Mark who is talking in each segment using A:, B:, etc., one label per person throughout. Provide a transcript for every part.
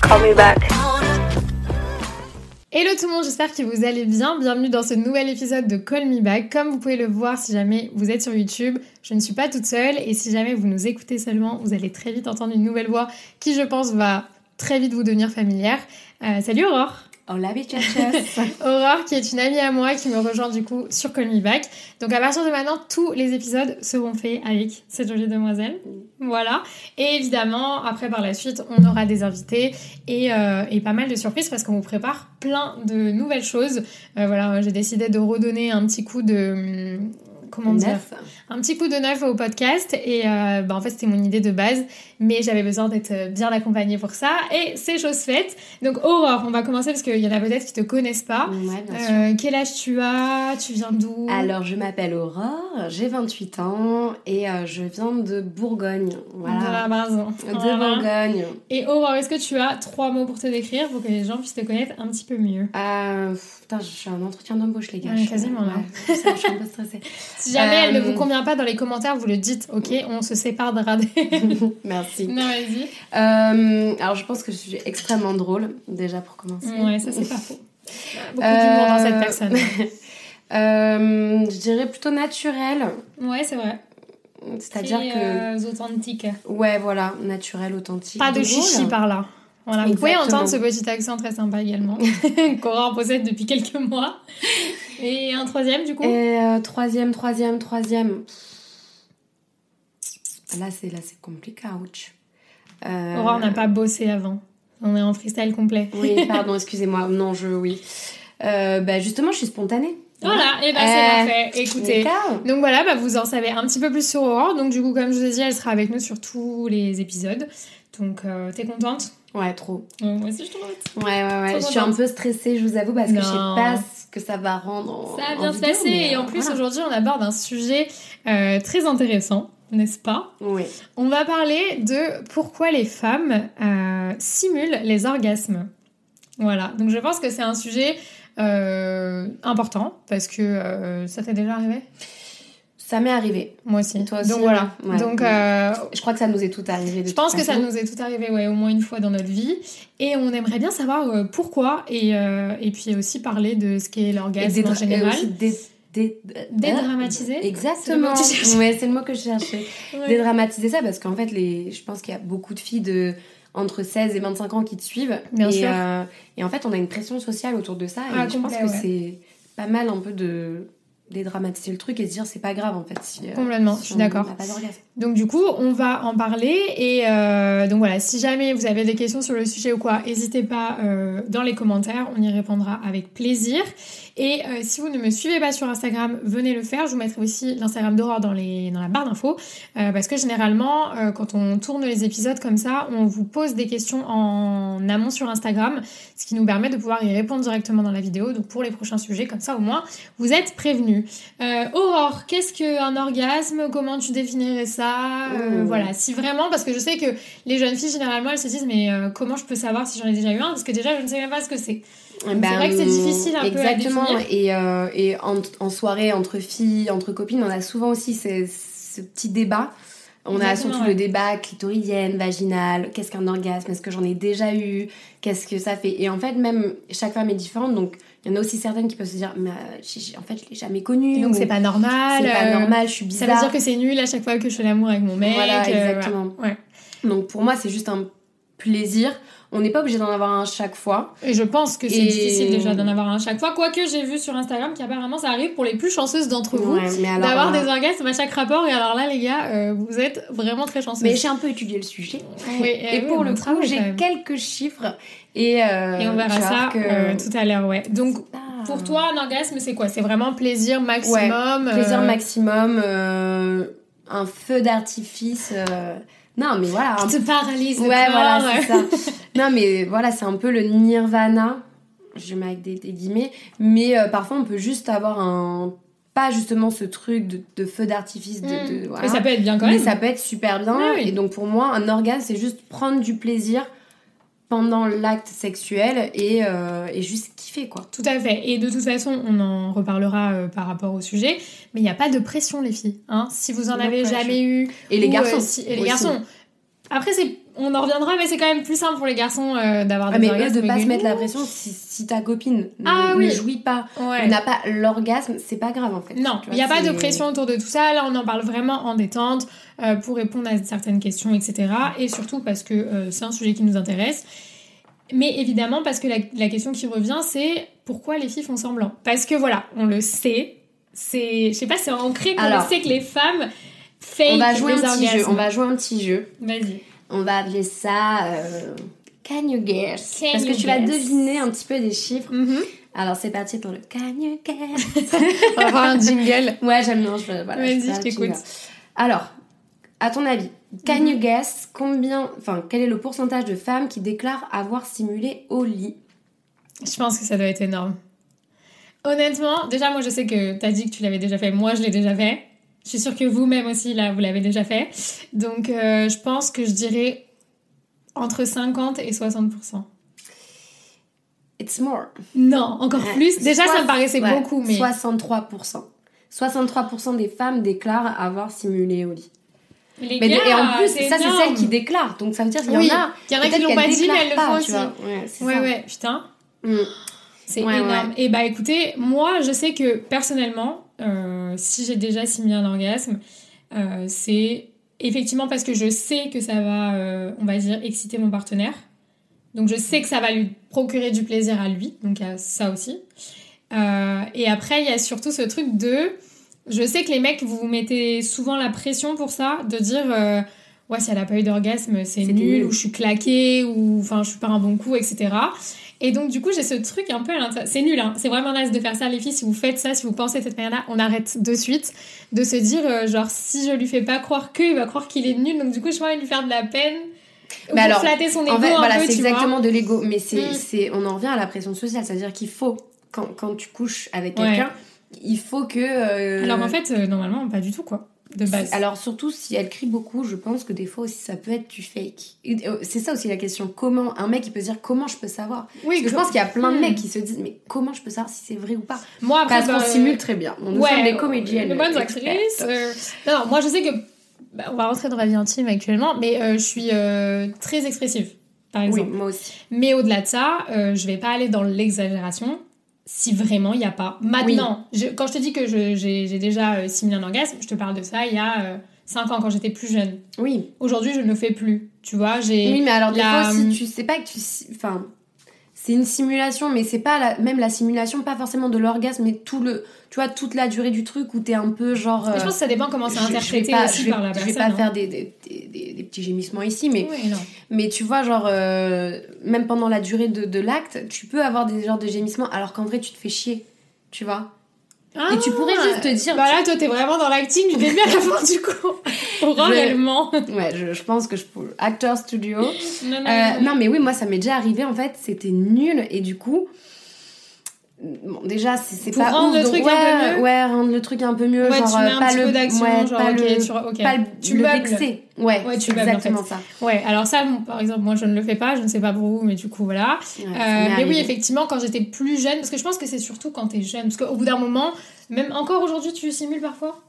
A: Call me back.
B: Hello tout le monde, j'espère que vous allez bien. Bienvenue dans ce nouvel épisode de Call Me Back. Comme vous pouvez le voir si jamais vous êtes sur YouTube, je ne suis pas toute seule et si jamais vous nous écoutez seulement, vous allez très vite entendre une nouvelle voix qui, je pense, va très vite vous devenir familière. Euh, salut Aurore
C: Hola bichachas
B: Aurore qui est une amie à moi qui me rejoint du coup sur Call Me Back. Donc à partir de maintenant, tous les épisodes seront faits avec cette jolie demoiselle. Voilà. Et évidemment, après par la suite, on aura des invités et, euh, et pas mal de surprises parce qu'on vous prépare plein de nouvelles choses. Euh, voilà, j'ai décidé de redonner un petit coup de... hum, Comment dire
C: Neuf.
B: un petit coup de neuf au podcast et euh, bah, en fait c'était mon idée de base mais j'avais besoin d'être euh, bien accompagnée pour ça et c'est chose faite donc Aurore on va commencer parce qu'il y en a peut-être qui te connaissent pas
C: Ouais, bien sûr.
B: Euh, quel âge tu as tu viens d'où
C: Alors, je m'appelle Aurore, j'ai 28 ans et euh, je viens de Bourgogne.
B: de Oh la
C: Voilà.
B: Marzen.
C: De
B: Voilà.
C: Bourgogne.
B: et Aurore est-ce que tu as trois mots pour te décrire pour que les gens puissent te connaître un petit peu mieux
C: Euh, pff, putain, je suis en entretien d'embauche, les gars.
B: Ouais,
C: Je suis-
B: quasiment, là.
C: Ouais, je sais, je suis un peu stressée.
B: si jamais elle ne
C: Euh,
B: vous convient pas dans les commentaires vous le dites ok on se sépare de radé
C: Merci.
B: non vas-y
C: Euh, alors, je pense que je suis extrêmement drôle, déjà pour commencer.
B: ouais ça c'est pas faux Mm. beaucoup
C: Euh,
B: d'humour dans cette personne
C: Euh, je dirais plutôt naturel.
B: ouais c'est vrai
C: C'est-à-dire
B: Très,
C: que.
B: euh, authentique.
C: Ouais, voilà, naturel, authentique.
B: Pas de
C: drôle.
B: chichi par là. Voilà, hein. vous pouvez
C: Exactement.
B: entendre ce petit accent très sympa également, qu'Aurore possède depuis quelques mois. Et un troisième, du coup
C: Et euh, troisième, troisième, troisième. Là, c'est là, c'est compliqué, ouch. Euh,
B: Aurore n'a pas bossé avant. On est en freestyle complet.
C: Oui, pardon, excusez-moi. Non, je, oui. Euh, bah, justement, je suis spontanée.
B: Voilà, et bah
C: Euh,
B: c'est parfait. Écoutez.
C: D'accord.
B: Donc voilà, bah, vous en savez un petit peu plus sur Aurore. Donc du coup, comme je vous ai dit, elle sera avec nous sur tous les épisodes. Donc euh, t'es contente
C: Ouais, trop.
B: Ouais, Moi aussi, je suis contente.
C: Ouais, ouais, ouais.
B: Trop
C: Je suis un
B: contente.
C: peu stressée, je vous avoue, parce que je sais
B: Non.
C: pas ce que ça va rendre. en-
B: Ça va bien
C: en
B: se
C: vidéo,
B: passer.
C: mais,
B: Et
C: euh,
B: en plus,
C: voilà.
B: aujourd'hui, on aborde un sujet euh, très intéressant, n'est-ce pas
C: Oui.
B: On va parler de pourquoi les femmes euh, simulent les orgasmes. Voilà, donc je pense que c'est un sujet euh, important parce que euh, ça t'est déjà arrivé
C: Ça m'est arrivé.
B: Moi aussi.
C: Toi aussi,
B: Donc voilà.
C: ouais. Ouais.
B: Donc euh,
C: Je crois que ça nous est tout arrivé. de
B: je pense
C: toute
B: que ça
C: façon.
B: nous est tout arrivé, ouais, au moins une fois dans notre vie. Et on aimerait bien savoir euh, pourquoi et, euh, et puis aussi parler de ce qu'est
C: Et
B: l'orgasme
C: dédra-
B: en général.
C: et aussi Ah, dé- dé- dé-
B: Dédramatiser
C: Exactement.
B: C'est le mot que tu cherchais.
C: Ouais, c'est le mot que je cherchais.
B: Ouais.
C: dédramatiser ça parce qu'en fait, les, je pense qu'il y a beaucoup de filles de entre 16 et 25 ans qui te suivent.
B: Bien
C: et,
B: sûr.
C: euh, et en fait, on a une pression sociale autour de ça. Et
B: Ah,
C: je
B: complet,
C: pense que
B: ouais.
C: c'est pas mal un peu de dédramatiser le truc et de se dire c'est pas grave en fait. Si, euh,
B: Complètement,
C: si
B: je suis
C: on
B: d'accord.
C: n'a pas d'orgasme.
B: Donc du coup, on va en parler et euh, donc voilà, si jamais vous avez des questions sur le sujet ou quoi, n'hésitez pas euh, dans les commentaires, on y répondra avec plaisir. Et euh, si vous ne me suivez pas sur Instagram, venez le faire, je vous mettrai aussi l'Instagram d'Aurore dans, les- dans la barre d'infos, euh, parce que généralement, euh, quand on tourne les épisodes comme ça, on vous pose des questions en amont sur Instagram, ce qui nous permet de pouvoir y répondre directement dans la vidéo, donc pour les prochains sujets, comme ça au moins, vous êtes prévenus. Euh, Aurore, qu'est-ce qu'un orgasme Comment tu définirais ça Euh,
C: Ouh.
B: Voilà, si vraiment, parce que je sais que les jeunes filles, généralement, elles se disent, mais euh, comment je peux savoir si j'en ai déjà eu un Parce que déjà, je ne sais même pas ce que c'est.
C: Ben,
B: vrai que c'est difficile un peu à
C: Exactement.
B: définir.
C: Et, euh, et en, en soirée, entre filles, entre copines, on a souvent aussi ces- ce petit débat. On a
B: Exactement,
C: surtout
B: ouais.
C: le débat clitoridienne, vaginal, qu'est-ce qu'un orgasme, est-ce que j'en ai déjà eu, qu'est-ce que ça fait. Et en fait, même chaque femme est différente, donc il y en a aussi certaines qui peuvent se dire, mais euh, j'ai- j'ai- en fait, je l'ai jamais connu.
B: donc
C: ou
B: c'est pas normal.
C: c'est pas
B: euh,
C: normal, je suis
B: Ça
C: bizarre.
B: veut dire que c'est nul à chaque fois que je fais l'amour avec mon mec.
C: Voilà,
B: euh,
C: exactement.
B: voilà. Ouais.
C: Donc pour moi, c'est juste un plaisir. On n'est pas obligé d'en avoir un chaque fois.
B: Et je pense que c'est
C: Et-
B: difficile déjà d'en avoir un à chaque fois. Quoique j'ai vu sur Instagram qu'apparemment ça arrive pour les plus chanceuses d'entre vous
C: Ouais, mais alors,
B: d'avoir
C: euh,
B: des orgasmes à chaque rapport. Et alors là, les gars, euh, vous êtes vraiment très chanceuses.
C: Mais j'ai un peu étudié le sujet.
B: Oui,
C: Et,
B: euh, oui,
C: pour
B: on
C: le
B: travaille
C: coup,
B: quand
C: j'ai
B: même.
C: quelques chiffres et, euh,
B: Et on
C: tu
B: verra
C: vas
B: ça
C: voir que-
B: euh, tout à l'heure, ouais. Donc,
C: Ah.
B: pour
C: euh,
B: toi, un orgasme, c'est quoi C'est vraiment plaisir maximum
C: plaisir
B: euh,
C: maximum, euh, un feu d'artifice. euh, Non, mais voilà. un-
B: Qui te paralyse.
C: Ouais,
B: le corps. euh,
C: voilà, c'est ça. non, mais voilà, c'est un peu le nirvana, je mets avec des, des guillemets, mais euh, parfois on peut juste avoir un. pas justement ce truc de, de feu d'artifice, de. de-
B: Mm.
C: voilà.
B: Mais ça peut être bien quand
C: Mais
B: même.
C: ça peut être super bien.
B: Ouais, oui.
C: Et donc pour moi, un orgasme, c'est juste prendre du plaisir pendant l'acte sexuel et, euh, et juste kiffer, quoi.
B: Tout à fait. Et de toute façon, on en reparlera euh, par rapport au sujet. Mais il n'y a pas de pression, les filles. hein. Si vous en
C: Non,
B: avez
C: pas
B: jamais eu.
C: Et les
B: ou, euh,
C: garçons.
B: si- et les
C: aussi.
B: garçons. Après, c'est- on en reviendra, mais c'est quand même plus simple pour les garçons euh, d'avoir
C: Ah,
B: des
C: mais eux,
B: orgasmes
C: de pas
B: que
C: se mettre
B: nous.
C: la pression si, si ta copine ne,
B: Ah
C: ne
B: oui.
C: jouit pas,
B: Ouais.
C: n'a pas l'orgasme, c'est pas grave en fait.
B: Non,
C: Tu
B: il
C: vois,
B: n'y a pas de
C: c'est-
B: pression autour de tout ça. Là, on en parle vraiment en détente euh, pour répondre à certaines questions, etc. Et surtout parce que euh, c'est un sujet qui nous intéresse. Mais évidemment, parce que la, la question qui revient, c'est pourquoi les filles font semblant Parce que voilà, on le sait. C'est, je sais pas, c'est ancré qu'on le
C: Alors,
B: sait que les femmes fake
C: On va jouer un
B: les
C: petit
B: orgasmes.
C: jeu. On va jouer un petit jeu.
B: Vas-y.
C: On va appeler ça. euh, Can you guess?
B: Can
C: Parce que
B: you
C: tu vas
B: guess
C: deviner un petit peu des chiffres.
B: Mhm.
C: Alors c'est parti pour le Can you guess?
B: On va avoir un jingle.
C: Ouais, j'aime bien. Je, voilà,
B: Vas-y,
C: fais un
B: je
C: petit
B: t'écoute. Mhm.
C: gars. Alors, à ton avis, can you guess combien, enfin, quel est le pourcentage de femmes qui déclarent avoir simulé au lit
B: Je pense que ça doit être énorme. Honnêtement, déjà, moi, je sais que t'as dit que tu l'avais déjà fait. Moi, je l'ai déjà fait. Je suis sûre que vous-même aussi, là, vous l'avez déjà fait. Donc, euh, je pense que je dirais entre 50 et 60%.
C: It's more.
B: Non, encore plus. Déjà,
C: Soix-
B: ça me paraissait
C: ouais,
B: beaucoup, mais...
C: 63%. 63% des femmes déclarent avoir simulé au lit.
B: Les
C: Mais de- et en
B: gars,
C: plus, ça c'est
B: Eh énorme.
C: celles qui déclarent. Donc ça veut dire qu'il y en
B: Oui.
C: a.
B: Il y en a qui
C: peut-être
B: l'ont pas
C: qu'elles
B: dit, mais elles le
C: déclarent
B: font
C: pas,
B: aussi.
C: tu vois. Ouais, c'est
B: Ouais,
C: ça.
B: ouais, putain.
C: Mm.
B: C'est
C: Ouais,
B: énorme. Et bah écoutez, moi je sais que personnellement, euh, si j'ai déjà simulé un orgasme, euh, c'est effectivement parce que je sais que ça va, euh, on va dire, exciter mon partenaire. Donc je sais que ça va lui procurer du plaisir à lui, donc il y a ça aussi. Euh, et après, il y a surtout ce truc de. Je sais que les mecs, vous vous mettez souvent la pression pour ça, de dire euh, Ouais, si elle a pas eu d'orgasme, c'est
C: C'était
B: nul,
C: nul.
B: ou je suis claqué, ou enfin, je suis pas un bon coup, etc. Et donc, du coup, j'ai ce truc un peu à l'intérieur. C'est nul, hein. c'est vraiment naze de faire ça, les filles. Si vous faites ça, si vous pensez de cette manière-là, on arrête de suite. De se dire, euh, genre, si je lui fais pas croire que, il va croire qu'il est nul, donc du coup, je vais pas lui faire de la peine.
C: Mais
B: pour
C: alors,
B: flatter son ego
C: En fait,
B: un
C: voilà,
B: peu,
C: c'est
B: tu vois.
C: exactement de l'ego. Mais c'est,
B: Mm.
C: c'est, on en revient à la pression sociale. C'est-à-dire qu'il faut, quand, quand tu couches avec
B: Ouais.
C: quelqu'un, il faut que. euh,
B: Alors en fait, bah, euh, normalement, pas du tout, quoi, de base.
C: Alors surtout si elle crie beaucoup, je pense que des fois aussi ça peut être du fake. Et, euh, C'est ça aussi la question. Comment un mec il peut se dire comment je peux savoir
B: oui,
C: Parce que je pense qu'il y a plein de
B: Hmm.
C: mecs qui se disent mais comment je peux savoir si c'est vrai ou pas
B: moi, après,
C: Parce qu'on
B: bah,
C: simule très bien. On nous sommes des comédiennes. Bah,
B: les bonnes
C: expertes.
B: actrices. euh, Non, non, moi, je sais que... bah, on va rentrer dans la vie intime actuellement, mais euh, je suis euh, très expressive, par
C: Oui,
B: exemple.
C: moi aussi.
B: Mais au-delà de ça, euh, je vais pas aller dans l'exagération si vraiment il n'y a pas. Maintenant, je- quand je te dis que je- j'ai j'ai déjà euh, simulé un orgasme, je te parle de ça il y a 5 ans quand j'étais plus jeune.
C: Oui.
B: Aujourd'hui, je ne le fais plus. Tu vois, j'ai.
C: oui, mais alors des
B: la- hum,
C: fois aussi tu sais pas que tu si- enfin c'est une simulation mais c'est pas la... même la simulation pas forcément de l'orgasme mais tout le tu vois toute la durée du truc où t'es un peu genre
B: Mais Je pense que ça dépend comment c'est
C: euh, je- je vais
B: interprété
C: pas-
B: aussi
C: je vais-
B: par la
C: je
B: personne.
C: vais pas
B: hein.
C: faire des, des, des- des- des petits gémissements ici mais
B: Oui, non.
C: Mais tu vois, genre, euh, même pendant la durée de, de l'acte, tu peux avoir des genres de gémissements, alors qu'en vrai, tu te fais chier, tu vois. Et tu pourrais juste te dire-
B: Bah là, toi, t'es vraiment dans l'acting du début à la fin du coup. Horriblement.
C: Ouais, je, je pense que je peux. Actor studio. Euh,
B: Non, non, non.
C: non, mais oui, moi, ça m'est déjà arrivé, en fait, c'était nul, et du coup. Bon, déjà, c'est c'est
B: Pour
C: pas
B: rendre
C: ouf,
B: le
C: donc-
B: truc un
C: ouais,
B: peu mieux.
C: Ouais, rendre le truc un peu mieux.
B: Ouais,
C: genre,
B: tu mets
C: euh,
B: un
C: pas
B: petit
C: le,
B: peu d'action,
C: ouais,
B: genre,
C: pas
B: ok,
C: le,
B: tu, ok.
C: pas le,
B: tu
C: le
B: meubles.
C: vexer. Ouais,
B: Ouais, tu
C: c'est
B: meubles, en fait.
C: exactement ça.
B: Ouais, alors ça, bon, par exemple, moi, je ne le fais pas, je ne sais pas pour vous, mais du coup, voilà. Euh,
C: Ouais, ça m'est
B: mais oui,
C: arrivé.
B: effectivement, quand j'étais plus jeune, parce que je pense que c'est surtout quand t'es jeune, parce qu'au bout d'un moment, même encore aujourd'hui, tu simules parfois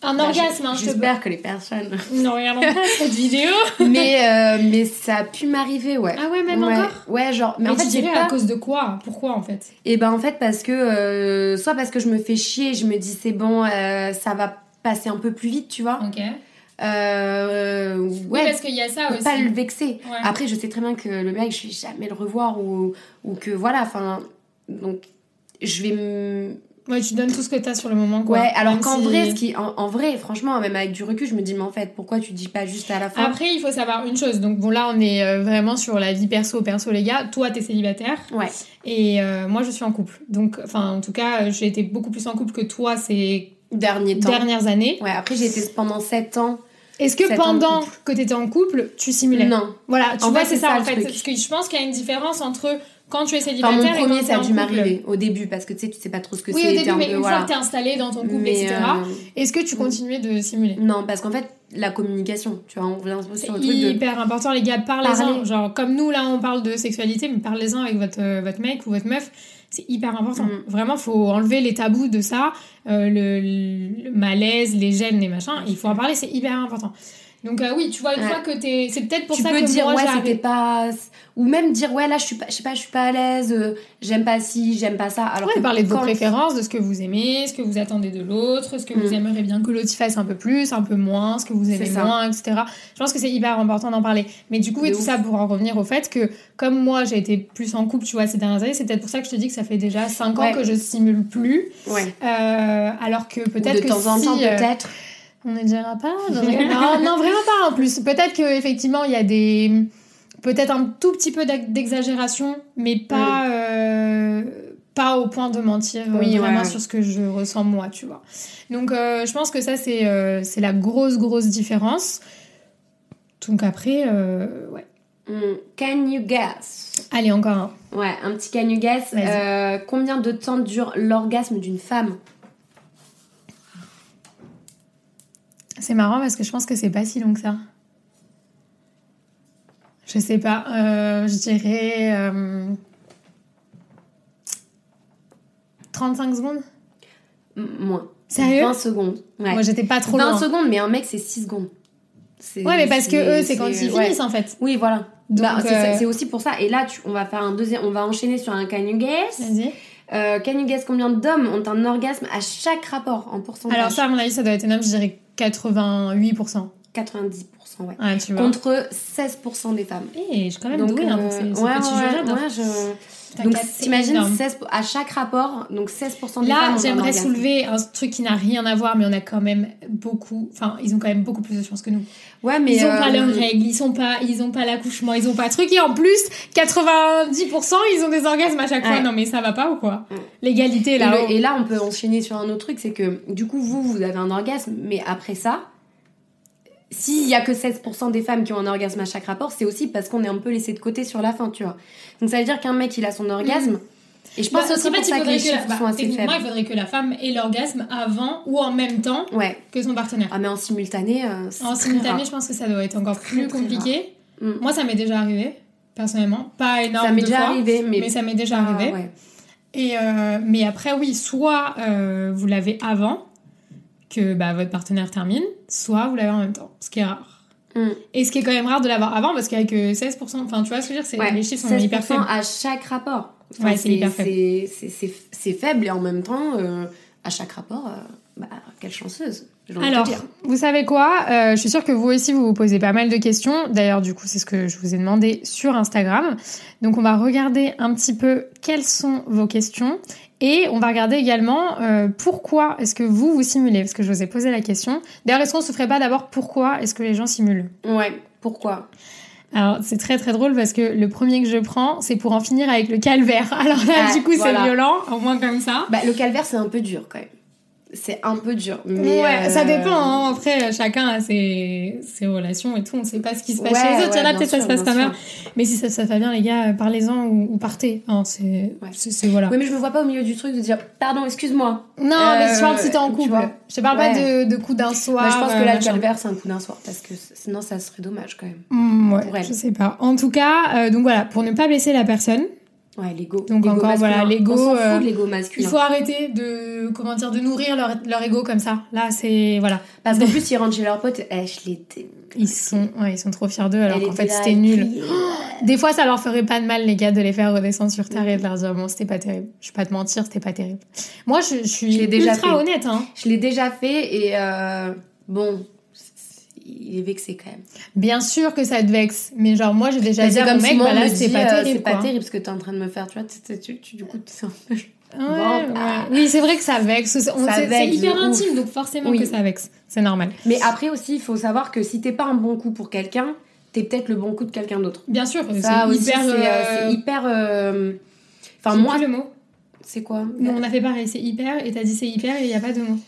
B: un
C: Bah,
B: orgasme, hein, je te
C: J'espère que les personnes.
B: Non, regardons pas cette vidéo.
C: mais, euh, mais ça a pu m'arriver, ouais.
B: Ah ouais, même
C: ouais,
B: encore
C: Ouais, genre, mais,
B: Mais,
C: en fait,
B: tu
C: j'ai
B: dirais à
C: pas.
B: cause de quoi Pourquoi en fait
C: Et ben en fait, parce que. euh, soit parce que je me fais chier, je me dis c'est bon, euh, ça va passer un peu plus vite, tu vois.
B: Ok.
C: Euh,
B: Oui,
C: ouais,
B: parce qu'il y a ça
C: pour
B: aussi.
C: pas le vexer.
B: Ouais.
C: Après, je sais très bien que le mec, je vais jamais le revoir ou, ou que voilà, enfin. Donc, je vais me.
B: Ouais, tu donnes tout ce que t'as sur le moment, quoi.
C: Ouais, alors
B: Même
C: qu'en
B: si-
C: vrai, ce qui, en, en vrai, franchement, même avec du recul, je me dis, mais en fait, pourquoi tu dis pas juste à la fin
B: Après, il faut savoir une chose. Donc, bon, là, on est euh, vraiment sur la vie perso, perso, les gars. Toi, t'es célibataire.
C: Ouais.
B: Et euh, moi, je suis en couple. Donc, enfin, en tout cas, euh, j'ai été beaucoup plus en couple que toi ces
C: Dernier temps.
B: dernières années.
C: Ouais, après j'ai été pendant 7 ans.
B: Est-ce que
C: Sept ans de
B: pendant
C: couple.
B: que tu étais en couple, tu simulais
C: Non.
B: Voilà, tu
C: En
B: vois,
C: fait,
B: c'est
C: c'est
B: ça,
C: ça,
B: en
C: le
B: fait.
C: truc.
B: Parce que je pense qu'il y a une différence entre quand tu es
C: Enfin,
B: célibataire
C: mon
B: et quand
C: premier,
B: tu es
C: ça a
B: en
C: dû
B: couple.
C: m'arriver au début parce que tu sais, tu sais pas trop ce que
B: Oui,
C: c'est.
B: au
C: t'es
B: début,
C: un
B: mais
C: peu-
B: une
C: voilà.
B: fois que t'es installé dans ton couple,
C: Mais,
B: etc.,
C: euh,
B: est-ce que tu continuais de simuler
C: Non, parce qu'en fait, la communication, tu vois, on revient un peu
B: C'est
C: sur le truc de.
B: hyper important, les gars, parlez-en.
C: Parler.
B: Genre, comme nous, là, on parle de sexualité, mais parlez-en avec votre, euh, votre mec ou votre meuf. C'est hyper important.
C: Mm.
B: Vraiment, faut enlever les tabous de ça, euh, le, le malaise, les gènes, les machins. Il faut en parler, c'est hyper important. Donc, euh, oui, tu vois, une
C: Ouais.
B: fois que t'es. C'est peut-être pour
C: tu
B: ça
C: peux
B: que
C: dire
B: moi,
C: ouais
B: j'ai arrêté.
C: c'était pas ou même dire ouais là je suis pas je sais pas je suis pas à l'aise euh, j'aime pas ci j'aime pas ça alors
B: Ouais,
C: que
B: parler de vos
C: quand-
B: préférences, de ce que vous aimez, ce que vous attendez de l'autre, ce que vous
C: Mm.
B: aimeriez bien que l'autre y fasse un peu plus, un peu moins, ce que vous
C: C'est
B: aimez
C: ça.
B: moins, etc. Je pense que c'est hyper important d'en parler. Mais du coup, et
C: De
B: tout
C: ouf.
B: ça pour en revenir au fait que, comme moi, j'ai été plus en couple, tu vois, ces dernières années, c'est peut-être pour ça que je te dis que ça fait déjà 5 ans
C: Ouais.
B: que je simule plus.
C: ouais
B: euh, alors que
C: peut-être
B: peut-être
C: de
B: que
C: temps en
B: si,
C: temps
B: euh,
C: peut-être
B: on ne dira pas. je rigole. non, non, vraiment pas en plus. Peut-être que effectivement il y a des. Peut-être un tout petit peu d'ex- d'exagération, mais pas, euh, pas au point de mentir euh,
C: Mm. Oui,
B: vraiment
C: ouais.
B: sur ce que je ressens moi, tu vois. Donc euh, je pense que ça, c'est euh, c'est la grosse, grosse différence. Donc après, euh, ouais.
C: Hmm, can you guess
B: Allez, encore un.
C: ouais un petit can you guess
B: Vas-y.
C: euh, combien de temps dure l'orgasme d'une femme
B: C'est marrant parce que je pense que c'est pas si long que ça. Je sais pas, euh, je dirais euh, 35 secondes.
C: M- moins
B: Sérieux
C: 20 secondes ouais
B: Moi j'étais pas trop
C: 20
B: loin.
C: secondes mais un mec c'est 6 secondes C'est-
B: Ouais, mais parce que eux, c'est quand ils
C: ouais.
B: finissent en fait.
C: oui voilà
B: Donc,
C: Bah, c'est ça-
B: euh,
C: c'est aussi pour ça et là tu- on va faire un deuxième on va enchaîner sur un can you guess
B: Vas-y.
C: Euh, can you guess combien d'hommes ont un orgasme à chaque rapport en pourcentage
B: Alors, ça, à mon avis, ça doit être énorme, je dirais 88%.
C: 90%, ouais.
B: Ah, tu vois.
C: Contre 16% des femmes.
B: Eh, je suis quand même douée, hein, donc c'est
C: euh,
B: c'est
C: ouais,
B: petit jeu,
C: ouais,
B: j'adore.
C: ouais, je-
B: Putain,
C: Donc
B: quatre, c'est
C: t'imagines,
B: énorme.
C: 16 à chaque rapport, donc 16% des femmes
B: Là,
C: ont un
B: j'aimerais
C: orgasme.
B: soulever un truc qui n'a rien à voir, mais on a quand même beaucoup. Enfin, ils ont quand même beaucoup plus de chance que nous.
C: Ouais, mais
B: ils ont
C: euh,
B: pas leurs règles, ils sont pas, ils ont pas l'accouchement, ils ont pas truc. Et en plus, 90%, ils ont des orgasmes à chaque fois.
C: Ouais.
B: Non mais ça va pas ou quoi
C: Ouais.
B: L'égalité
C: Et,
B: là.
C: le- et là, on peut enchaîner sur un autre truc, c'est que du coup, vous, vous avez un orgasme, mais après ça, s'il y a que 16% des femmes qui ont un orgasme à chaque rapport, c'est aussi parce qu'on est un peu laissé de côté sur la fin, tu vois. Donc ça veut dire qu'un mec, il a son orgasme.
B: Mm.
C: Et je pense
B: Bah,
C: aussi pour ça que les chiffres sont assez
B: Moi,
C: faibles.
B: bah, il faudrait que la femme ait l'orgasme avant ou en même temps
C: Ouais.
B: que son partenaire.
C: Ah, mais en simultané, euh, c'est
B: en
C: très
B: simultané,
C: rare.
B: je pense que ça doit être encore
C: Très,
B: plus
C: très
B: compliqué.
C: rare. Mm.
B: Moi, ça m'est déjà arrivé, personnellement. Pas énorme
C: Ça m'est
B: de
C: déjà
B: fois,
C: arrivé, mais,
B: mais ça m'est déjà
C: Ah,
B: arrivé.
C: ouais.
B: Et euh, mais après, oui, soit euh, vous l'avez avant que bah, votre partenaire termine, soit vous l'avez en même temps, ce qui est rare.
C: Mm.
B: Et ce qui est quand même rare de l'avoir avant, parce qu'avec euh, 16%, enfin tu vois ce que je veux dire, c'est-
C: Ouais,
B: les chiffres sont hyper
C: 16%
B: faibles.
C: à chaque rapport.
B: Ouais, c'est hyper faible.
C: c'est- c'est- c'est- C'est faible et en même temps, euh, à chaque rapport, euh, bah, quelle chanceuse. j'ai envie de te
B: Alors,
C: dire.
B: vous savez quoi Euh, Je suis sûre que vous aussi, vous vous posez pas mal de questions. D'ailleurs, du coup, c'est ce que je vous ai demandé sur Instagram. Donc, on va regarder un petit peu quelles sont vos questions. Et on va regarder également euh, pourquoi est-ce que vous vous simulez Parce que je vous ai posé la question. D'ailleurs, est-ce qu'on se ferait pas d'abord pourquoi est-ce que les gens simulent
C: Ouais, pourquoi
B: Alors, c'est très très drôle parce que le premier que je prends, c'est pour en finir avec le calvaire. Alors là,
C: Ah,
B: du coup, c'est
C: voilà.
B: violent, au moins comme ça.
C: bah, Le calvaire, c'est un peu dur quand même. C'est un peu dur. Mais,
B: ouais,
C: euh,
B: ça dépend. hein. Après, chacun a ses, ses relations et tout. On sait pas ce qui se passe
C: ouais,
B: chez les autres. Il y en
C: ouais,
B: a
C: bien
B: peut-être ça se
C: sûr,
B: passe pas
C: bien
B: mal.
C: sûr.
B: Mais si ça se passe pas bien, les gars, euh, parlez-en ou, ou partez. Hein, c'est, c'est, c'est- voilà.
C: Ouais, mais je me vois pas au milieu du truc de dire pardon, excuse-moi.
B: Non, mais je
C: Euh,
B: parle si t'es en
C: tu
B: couple.
C: vois.
B: Je te parle
C: Ouais.
B: pas de, de coup d'un soir.
C: Bah, je pense
B: euh,
C: que là, le
B: machin.
C: calvaire, c'est un coup d'un soir parce que c- sinon, ça serait dommage quand même.
B: Hmm, ouais,
C: pour elle.
B: je sais pas. En tout cas, euh, donc voilà, pour ne pas blesser la personne,
C: Ouais, l'ego.
B: Donc
C: L'ego
B: encore, voilà,
C: masculin.
B: l'ego,
C: On s'en
B: euh,
C: fout de l'ego
B: il
C: masculin.
B: faut arrêter de comment dire de nourrir leur, leur ego comme ça. Là, c'est voilà,
C: Parce qu'en plus, ils rentrent chez leurs potes. Eh, je l'étais.
B: ils sont ouais, ils sont trop fiers d'eux alors
C: Elle
B: qu'en
C: était
B: fait
C: là,
B: c'était
C: elle
B: nul.
C: criait.
B: Des fois, ça leur ferait pas de mal, les gars, de les faire redescendre sur terre et de leur dire Bon, c'était pas terrible. Je vais pas te mentir, c'était pas terrible. Moi, je, je suis
C: Je l'ai déjà
B: ultra
C: fait.
B: honnête. Hein.
C: Je l'ai déjà fait et euh, bon, c- c- il est vexé quand même.
B: Bien sûr que ça te vexe, mais genre, moi, j'ai déjà
C: Mais
B: dit
C: C'est
B: à
C: comme
B: mon mec
C: si moi,
B: Bah
C: on
B: là,
C: me
B: c'est
C: dit,
B: pas
C: euh,
B: terrible.
C: c'est pas
B: quoi.
C: terrible ce que t'es en train de me faire, tu vois. tu- tu- tu- tu- du coup, c'est un peu.
B: Ouais,
C: Bon,
B: ouais.
C: bah.
B: Oui, c'est vrai que ça vexe. C'est- on-
C: Ça
B: C'est c'est
C: vexe de
B: hyper
C: ouf.
B: intime, donc forcément
C: Oui.
B: que ça vexe. C'est normal.
C: Mais après aussi, il faut savoir que si t'es pas un bon coup pour quelqu'un, t'es peut-être le bon coup de quelqu'un d'autre.
B: Bien sûr, c'est
C: Ça aussi, c'est
B: hyper.
C: euh,
B: euh,
C: c'est hyper. euh,
B: j'ai
C: Enfin,
B: plus
C: moi,
B: le mot.
C: c'est quoi
B: Non, on a fait pareil, c'est hyper, et t'as dit c'est hyper, et il y a pas de mot.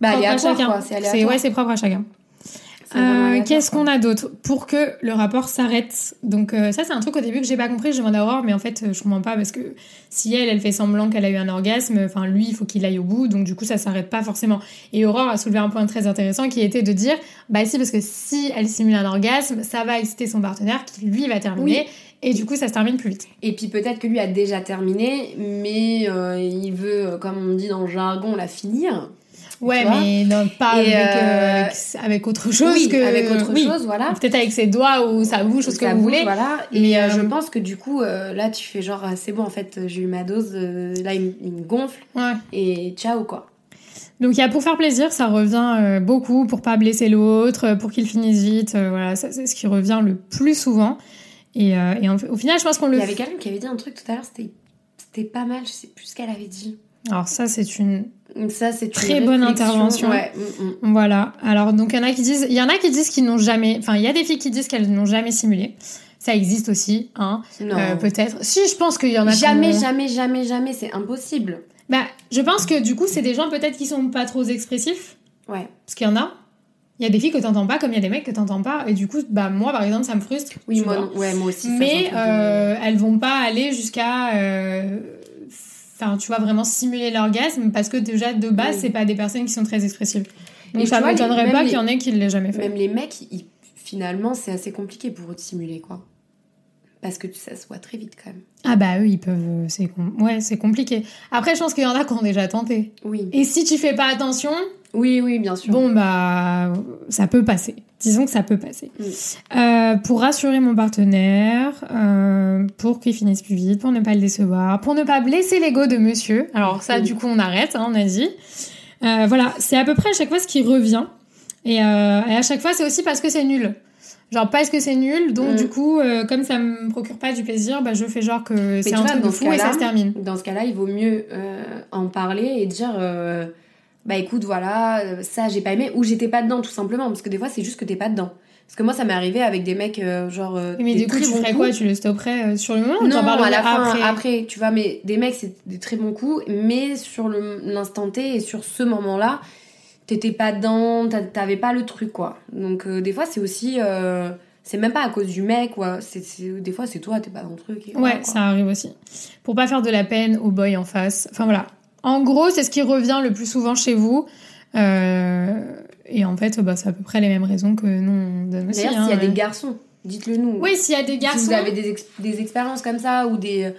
C: Bah,
B: propre à
C: aléatoire,
B: chacun.
C: quoi, c'est
B: C'est
C: aléatoire.
B: ouais, c'est propre à chacun.
C: C'est vraiment
B: Euh,
C: aléatoire,
B: Qu'est-ce
C: quoi.
B: qu'on a d'autre pour que le rapport s'arrête Donc euh, ça c'est un truc au début que j'ai pas compris, je demande à Aurore mais en fait euh, je comprends pas parce que si elle elle fait semblant qu'elle a eu un orgasme, enfin lui il faut qu'il aille au bout donc du coup ça s'arrête pas forcément. Et Aurore a soulevé un point très intéressant qui était de dire bah si parce que si elle simule un orgasme, ça va exciter son partenaire qui lui va terminer et du coup ça se termine plus vite.
C: Et puis peut-être que lui a déjà terminé, mais euh, il veut, euh, comme on dit dans le jargon, la finir.
B: Ouais
C: Tu vois
B: mais non, pas
C: Et,
B: avec, euh,
C: euh,
B: avec- avec autre chose
C: Oui,
B: que
C: avec autre
B: oui.
C: chose, voilà.
B: Peut-être avec ses doigts ou sa bouche ou ce que
C: Ça
B: vous
C: bouge,
B: voulez.
C: Voilà.
B: Mais,
C: Et euh,
B: euh,
C: je pense que du coup, euh, là, tu fais genre, ah, c'est bon, en fait, j'ai eu ma dose, euh, là, il, me- il me gonfle,
B: Ouais.
C: et ciao, quoi.
B: Donc il y a pour faire plaisir, ça revient euh, beaucoup, pour pas blesser l'autre, euh, pour qu'il finisse vite, euh, voilà, ça c'est ce qui revient le plus souvent. Et, euh, et en- au final, je pense qu'on
C: Il
B: le.
C: y avait quelqu'un qui avait dit un truc tout à l'heure, c'était c'était pas mal, je sais plus ce qu'elle avait dit.
B: Alors ça, c'est une.
C: Donc Ça, c'est une
B: Très bonne
C: réflexion,
B: intervention.
C: Ouais. mm, mm.
B: Voilà. Alors donc il y en a qui disent, il y en a qui disent qu'ils n'ont jamais, enfin il y a des filles qui disent qu'elles n'ont jamais simulé. Ça existe aussi, hein,
C: Non.
B: euh, peut-être. Si, je pense qu'il y en a. qui
C: jamais,
B: ont-
C: jamais, jamais, jamais, c'est impossible.
B: Bah, je pense que du coup, c'est des gens peut-être qui sont pas trop expressifs,
C: Ouais.
B: parce qu'il y en a. Il y a des filles que t'entends pas, comme il y a des mecs que t'entends pas, et du coup, bah moi par exemple, ça me frustre.
C: Oui,
B: tu
C: moi,
B: vois.
C: non. ouais, moi aussi. ça,
B: mais
C: c'est un truc de-
B: euh, elles vont pas aller jusqu'à euh, enfin tu vois vraiment simuler l'orgasme parce que déjà de base
C: Oui.
B: c'est pas des personnes qui sont très expressives donc
C: Et
B: ça
C: tu vois,
B: m'étonnerait
C: les-
B: pas
C: même
B: qu'il y en ait qui l'aient jamais fait
C: Même les mecs, ils- finalement, c'est assez compliqué pour eux de simuler, quoi. Parce que ça se voit très vite, quand même.
B: ah bah eux ils peuvent c'est com- ouais c'est compliqué après je pense qu'il y en a qui ont déjà tenté
C: Oui.
B: et si tu fais pas attention
C: Oui, oui, bien sûr.
B: bon bah ça peut passer disons que ça peut passer
C: Mm.
B: Euh, pour rassurer mon partenaire euh, pour qu'il finisse plus vite pour ne pas le décevoir pour ne pas blesser l'ego de monsieur alors ça
C: Mm.
B: du coup on arrête hein, on a dit Euh, voilà c'est à peu près à chaque fois ce qui revient et, euh, et à chaque fois c'est aussi parce que c'est nul genre parce que c'est nul donc
C: Mm.
B: du coup euh, comme ça me procure pas du plaisir bah je fais genre que c'est
C: tu
B: un
C: vois,
B: truc de
C: dans ce
B: fou et ça
C: cas-là,
B: se termine
C: Dans ce cas-là, il vaut mieux euh, en parler et dire euh, bah écoute, voilà, euh, ça j'ai pas aimé ou j'étais pas dedans tout simplement parce que des fois c'est juste que t'es pas dedans. Parce que moi ça m'est arrivé avec des mecs euh, genre euh,
B: mais
C: des
B: du coup
C: très
B: tu
C: bons
B: ferais
C: coups.
B: quoi tu le stopperais euh, sur le moment ou
C: non,
B: t'en
C: à
B: parlerais
C: la fin,
B: après
C: après. tu vois, mais des mecs, c'est des très bons coups, mais sur le- l'instant T et sur ce moment-là, t'étais pas dedans, t'a- t'avais pas le truc, quoi. Donc, euh, des fois, c'est aussi. euh, c'est même pas à cause du mec, quoi. C'est- c'est- des fois, c'est toi, t'es pas dans le truc. et voilà,
B: Ouais,
C: quoi.
B: ça arrive aussi. Pour pas faire de la peine au boy en face. Enfin voilà. En gros, c'est ce qui revient le plus souvent chez vous. Euh, et en fait, bah, c'est à peu près les mêmes raisons que nous on donne aussi.
C: D'ailleurs, s'il
B: hein.
C: y a des garçons, dites-le nous.
B: Oui, s'il y a des
C: Si
B: garçons.
C: vous avez des, ex- des expériences comme ça ou des,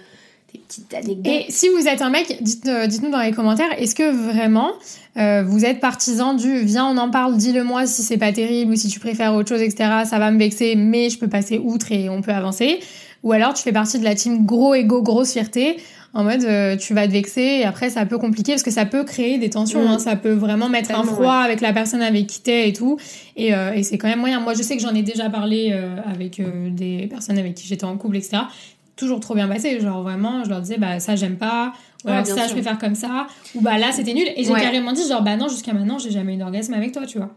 C: des petites anecdotes.
B: Et si vous êtes un mec, dites, euh, dites-nous dans les commentaires, est-ce que vraiment euh, vous êtes partisan du viens, on en parle, dis-le moi si c'est pas terrible ou si tu préfères autre chose, etc. Ça va me vexer, mais je peux passer outre et on peut avancer. Ou alors tu fais partie de la team gros ego, grosse fierté, en mode euh, tu vas te vexer et après ça peut compliquer parce que ça peut créer des tensions,
C: Mm.
B: hein, ça peut vraiment mettre un
C: Totalement,
B: froid avec la personne avec qui t'es et tout. Et, euh, et c'est quand même moyen. Moi je sais que j'en ai déjà parlé euh, avec euh, des personnes avec qui j'étais en couple, etc toujours trop bien passé. Genre vraiment, je leur disais, bah ça j'aime pas, ou
C: Ouais,
B: alors
C: bien
B: ça je
C: sûr.
B: préfère comme ça, ou bah là c'était nul. Et j'ai
C: Ouais.
B: carrément dit, genre bah non, jusqu'à maintenant j'ai jamais eu d'orgasme avec toi, tu vois.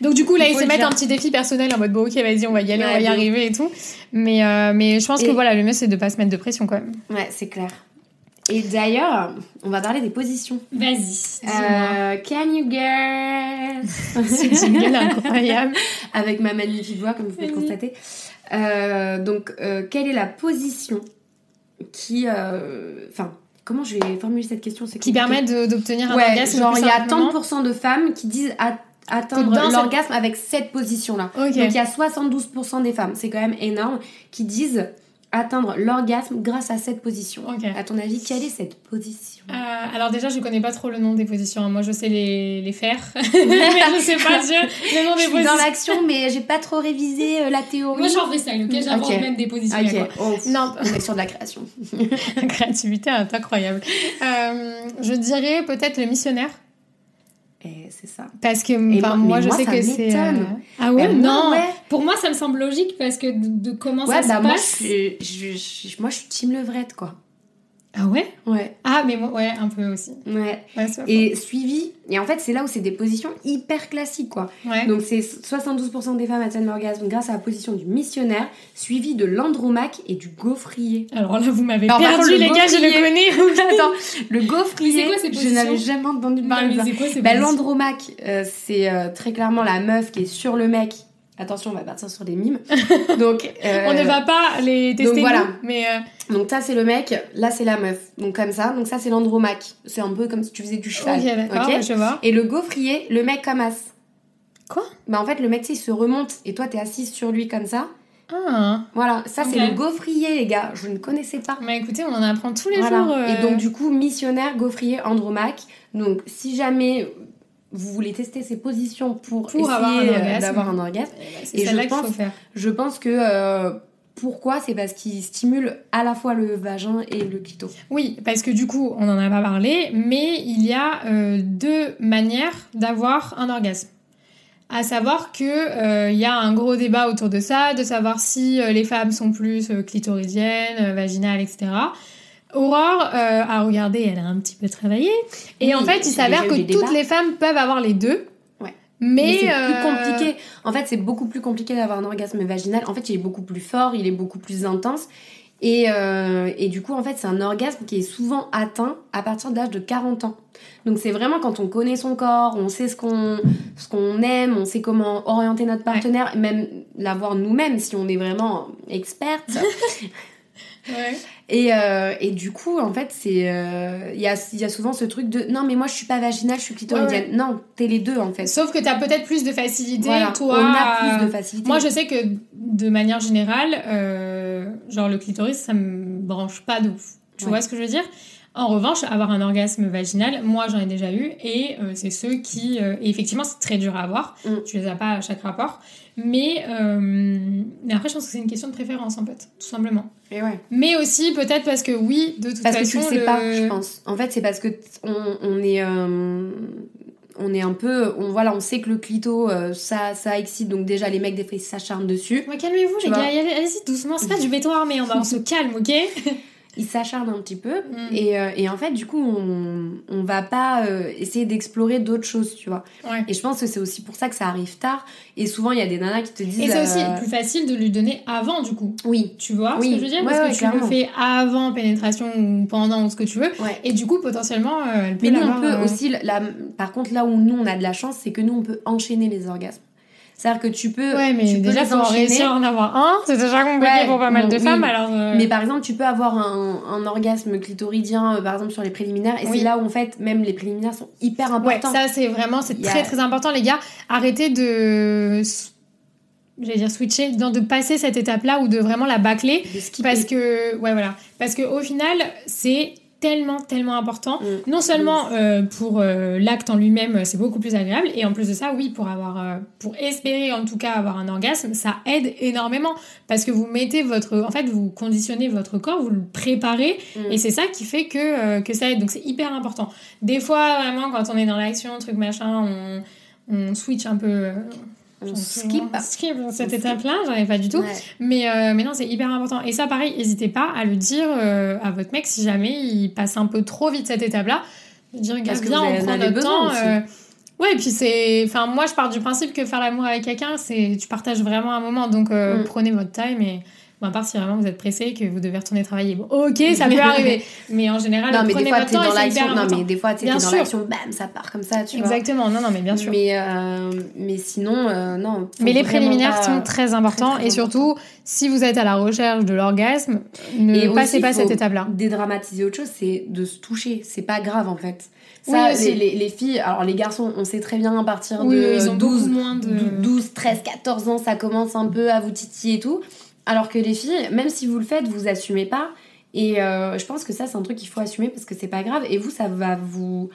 B: Donc du coup là ils
C: Il faut
B: se
C: le
B: mettent
C: dire.
B: un petit défi personnel en mode bon ok vas-y on va y aller,
C: Ouais,
B: on va y
C: de ouf.
B: arriver et tout. Mais, euh, mais je pense que
C: Et-
B: voilà le mieux c'est de pas se mettre de pression quand même.
C: Ouais, c'est clair. Et d'ailleurs, on va parler des positions.
B: Vas-y.
C: Euh, can you guess
B: C'est génial, incroyable.
C: Avec ma magnifique voix, comme vous pouvez le
B: Vas-y.
C: constater. Euh, donc, euh, quelle est la position qui... euh, Enfin, comment je vais formuler cette question c'est
B: Qui
C: compliqué.
B: permet de- d'obtenir un
C: Ouais,
B: orgasme.
C: genre,
B: plus
C: il y a
B: simplement.
C: tant de pourcents de femmes qui disent at-
B: Que
C: atteindre
B: dans cette-
C: l'orgasme avec cette position-là.
B: Ok.
C: Donc, il y a 72% des femmes, c'est quand même énorme, qui disent atteindre l'orgasme grâce à cette position.
B: Ok.
C: À ton avis, quelle est cette position
B: Euh, alors déjà, je connais pas trop le nom des positions. hein. Moi, je sais les, les faire, mais je sais pas je- le nom
C: Je
B: des
C: suis dans
B: positions.
C: l'action, mais j'ai pas trop révisé euh, la théorie.
B: Moi, je suis en freestyle, ok J'invente
C: Ok.
B: même des positions. il y a
C: Ok, Oh, pff,
B: Non.
C: on est sur de la création.
B: quoi. La créativité est incroyable. Euh, je dirais peut-être le missionnaire.
C: Et Eh, c'est ça.
B: Parce que
C: Et
B: enfin,
C: moi-
B: moi,
C: mais
B: je
C: moi,
B: sais
C: ça
B: que c'est.
C: m'étonne.
B: Ah ouais,
C: Ben, moi,
B: non
C: ouais.
B: Pour moi, ça me semble logique parce que de, de comment
C: Ouais,
B: ça
C: bah
B: se
C: moi je,
B: passe.
C: suis- je- je- moi je suis team levrette quoi.
B: Ah ouais
C: Ouais.
B: Ah, mais moi, ouais, un peu aussi.
C: Ouais.
B: Ouais, c'est pas
C: Et suivi. Et en fait, c'est là où c'est des positions hyper classiques, quoi.
B: faux. Ouais.
C: Donc c'est 72% des femmes atteignent l'orgasme grâce à la position du missionnaire, suivi de l'andromaque et du gaufrier.
B: Alors là, vous m'avez
C: Alors,
B: perdu,
C: par contre, le
B: les gars, je
C: gaufrier-
B: le connais.
C: Attends, le
B: C'est
C: gaufrier,
B: quoi ces
C: je
B: positions
C: n'avais jamais entendu
B: Bah,
C: parler de
B: mais
C: ça.
B: c'est quoi ces
C: Bah,
B: positions
C: l'andromaque, euh, c'est euh, très clairement la meuf qui est sur le mec. Attention, on va partir sur des mimes. Donc, euh,
B: On ne va pas les tester,
C: donc voilà.
B: nous, mais euh,
C: donc ça c'est le mec, là c'est la meuf. Donc comme ça, donc ça c'est l'andromaque. C'est un peu comme si tu faisais du cheval.
B: ok, d'accord,
C: ok
B: bah, je vois.
C: Et le gaufrier, le mec comme as.
B: Quoi
C: Bah en fait le mec tu sais, il se remonte et toi t'es assise sur lui comme ça.
B: Ah,
C: Voilà, ça
B: Ok.
C: c'est le gaufrier, les gars. Je ne connaissais pas.
B: bah écoutez, on en apprend tous les
C: Voilà.
B: jours. euh,
C: Et donc, du coup, missionnaire, gaufrier, andromaque. Donc, si jamais vous voulez tester ces positions pour,
B: Pour avoir un
C: essayer euh,
B: orgasme.
C: d'avoir un orgasme,
B: bah, c'est
C: et
B: celle-là
C: je
B: qu'il faut
C: pense-
B: faire.
C: je pense que. euh, pourquoi C'est parce qu'il stimule à la fois le vagin et le clito.
B: Oui, parce que du coup, on n'en a pas parlé, mais il y a euh, deux manières d'avoir un orgasme. À savoir que euh, il y a un gros débat autour de ça, de savoir si euh, les femmes sont plus euh, clitoridiennes, euh, vaginales, etc. Aurore euh, a regardé, elle a un petit peu travaillé, et
C: Oui,
B: en fait, il
C: j'ai
B: s'avère
C: déjà eu
B: que
C: des
B: toutes
C: débats.
B: les femmes peuvent avoir les deux.
C: Ouais.
B: Mais,
C: Mais c'est
B: euh,
C: plus compliqué. En fait, c'est beaucoup plus compliqué d'avoir un orgasme vaginal. En fait, il est beaucoup plus fort, il est beaucoup plus intense. Et, euh, et du coup, en fait, c'est un orgasme qui est souvent atteint à partir de l'âge de 40 ans. Donc, c'est vraiment quand on connaît son corps, on sait ce qu'on ce qu'on aime, on sait comment orienter notre partenaire, même l'avoir nous-mêmes si on est vraiment experte.
B: Ouais.
C: et, euh, et du coup, en fait, c'est euh, il y, a, il y a souvent ce truc de non, mais moi, je suis pas vaginale, je suis clitoridienne. Non, t'es les deux en fait.
B: Sauf que t'as peut-être plus de facilité,
C: Voilà,
B: toi.
C: on a
B: à-
C: plus de facilité.
B: Moi, je sais que de manière générale, euh, genre le clitoris, ça me branche pas de ouf. Tu
C: Ouais.
B: vois ce que je veux dire En revanche, avoir un orgasme vaginal, moi, j'en ai déjà eu et euh, c'est ceux qui, euh, et effectivement, c'est très dur à avoir.
C: Mm.
B: Tu les as pas à chaque rapport, mais euh, mais après, je pense que c'est une question de préférence en fait, tout simplement.
C: Et ouais.
B: Mais aussi peut-être parce que oui, de toute
C: Parce que tu
B: façon,
C: le sais
B: le-
C: pas, je pense. En fait, c'est parce que t- on, on est. euh, On est un peu, on voilà, on sait que le clito, euh, ça, ça excite, donc déjà les mecs des fois ils s'acharnent dessus,
B: Ouais, calmez-vous
C: Tu
B: les
C: vois.
B: gars, allez- allez-y doucement, c'est pas du béton armé, on, va, on se calme, ok
C: ils s'acharnent un petit peu,
B: Mm.
C: et, euh, et en fait du coup on, on va pas euh, essayer d'explorer d'autres choses, tu vois.
B: Ouais.
C: Et je pense que c'est aussi pour ça que ça arrive tard, et souvent il y a des nanas qui te disent.
B: Et c'est
C: euh,
B: aussi plus facile de lui donner avant du coup.
C: Oui.
B: Tu vois
C: Oui.
B: ce que je veux dire
C: Ouais,
B: Parce que
C: ouais,
B: tu le
C: clairement.
B: fais avant pénétration ou pendant ou ce que tu veux.
C: Ouais.
B: Et du coup, potentiellement, euh, elle peut
C: Mais nous
B: l'avoir,
C: on peut
B: euh,
C: aussi, la- par contre là où nous on a de la chance, c'est que nous on peut enchaîner les orgasmes. C'est-à-dire que tu peux,
B: Ouais,
C: euh, tu
B: mais
C: peux
B: déjà,
C: les
B: faut en
C: enchaîner.
B: réussir à en avoir un. C'est déjà compliqué
C: Ouais,
B: pour pas mal
C: bon,
B: de
C: oui.
B: femmes, alors. euh,
C: Mais par exemple, tu peux avoir un, un orgasme clitoridien, euh, par exemple, sur les préliminaires, et
B: Oui.
C: c'est là où, en fait, même les préliminaires sont hyper
B: ouais,
C: importants.
B: ça, c'est vraiment, c'est
C: Il y a-
B: très très important, les gars. Arrêtez de. J'allais dire switcher, non, de passer cette étape-là ou de vraiment la bâcler.
C: De skipper.
B: Parce que, ouais, voilà. Parce que au final, c'est tellement, tellement important.
C: Mm.
B: Non seulement euh, pour euh, l'acte en lui-même, euh, c'est beaucoup plus agréable, et en plus de ça, oui, pour avoir, euh, pour espérer en tout cas avoir un orgasme, ça aide énormément parce que vous mettez votre, en fait, vous conditionnez votre corps, vous le préparez,
C: Mm.
B: et c'est ça qui fait que euh, que ça aide. Donc c'est hyper important. Des fois, vraiment, quand on est dans l'action, truc machin, on on switch un peu. euh,
C: On
B: genre,
C: skip.
B: on skip cette
C: skip.
B: étape-là, j'en ai pas du tout.
C: Ouais.
B: Mais, euh, mais non, c'est hyper important. Et ça, pareil, n'hésitez pas à le dire euh, à votre mec si jamais il passe un peu trop vite cette étape-là. De Dire, gars,
C: Parce que
B: viens,
C: vous
B: on
C: en
B: prend
C: avez
B: notre
C: besoin
B: temps.
C: aussi.
B: euh, Ouais, et puis c'est. Enfin, moi, je pars du principe que faire l'amour avec quelqu'un, c'est. Tu partages vraiment un moment. Donc, euh,
C: Mm.
B: prenez votre time et. Bon, à part si vraiment vous êtes pressé et que vous devez retourner travailler. Bon, ok, ça peut arriver. Mais en général,
C: Non,
B: Ah,
C: mais
B: prenez
C: des fois,
B: votre
C: t'es
B: temps
C: dans
B: et c'est hyper
C: l'action. Non,
B: important.
C: mais des fois, t'es t'es
B: Bien
C: dans
B: sûr.
C: l'action, bam, ça part comme ça, tu vois.
B: Exactement, non, non, mais bien sûr.
C: Mais, euh, mais sinon, euh, non. faut
B: Mais les
C: vraiment
B: préliminaires
C: pas-
B: sont très importants
C: très
B: et surtout, si vous êtes à la recherche de l'orgasme, ne
C: Et
B: passez
C: aussi,
B: pas
C: faut
B: cette étape-là.
C: Dédramatiser autre chose, c'est de se toucher. C'est pas grave, en fait.
B: Oui,
C: Ça,
B: aussi.
C: les, les, les filles, alors les garçons, on sait très bien à partir
B: Oui,
C: de
B: ils ont
C: 12,
B: beaucoup moins de-
C: 12, 13, 14 ans, ça commence un peu à vous titiller et tout. Alors que les filles, même si vous le faites, vous assumez pas. Et euh, je pense que ça, c'est un truc qu'il faut assumer parce que c'est pas grave. Et vous, ça va vous,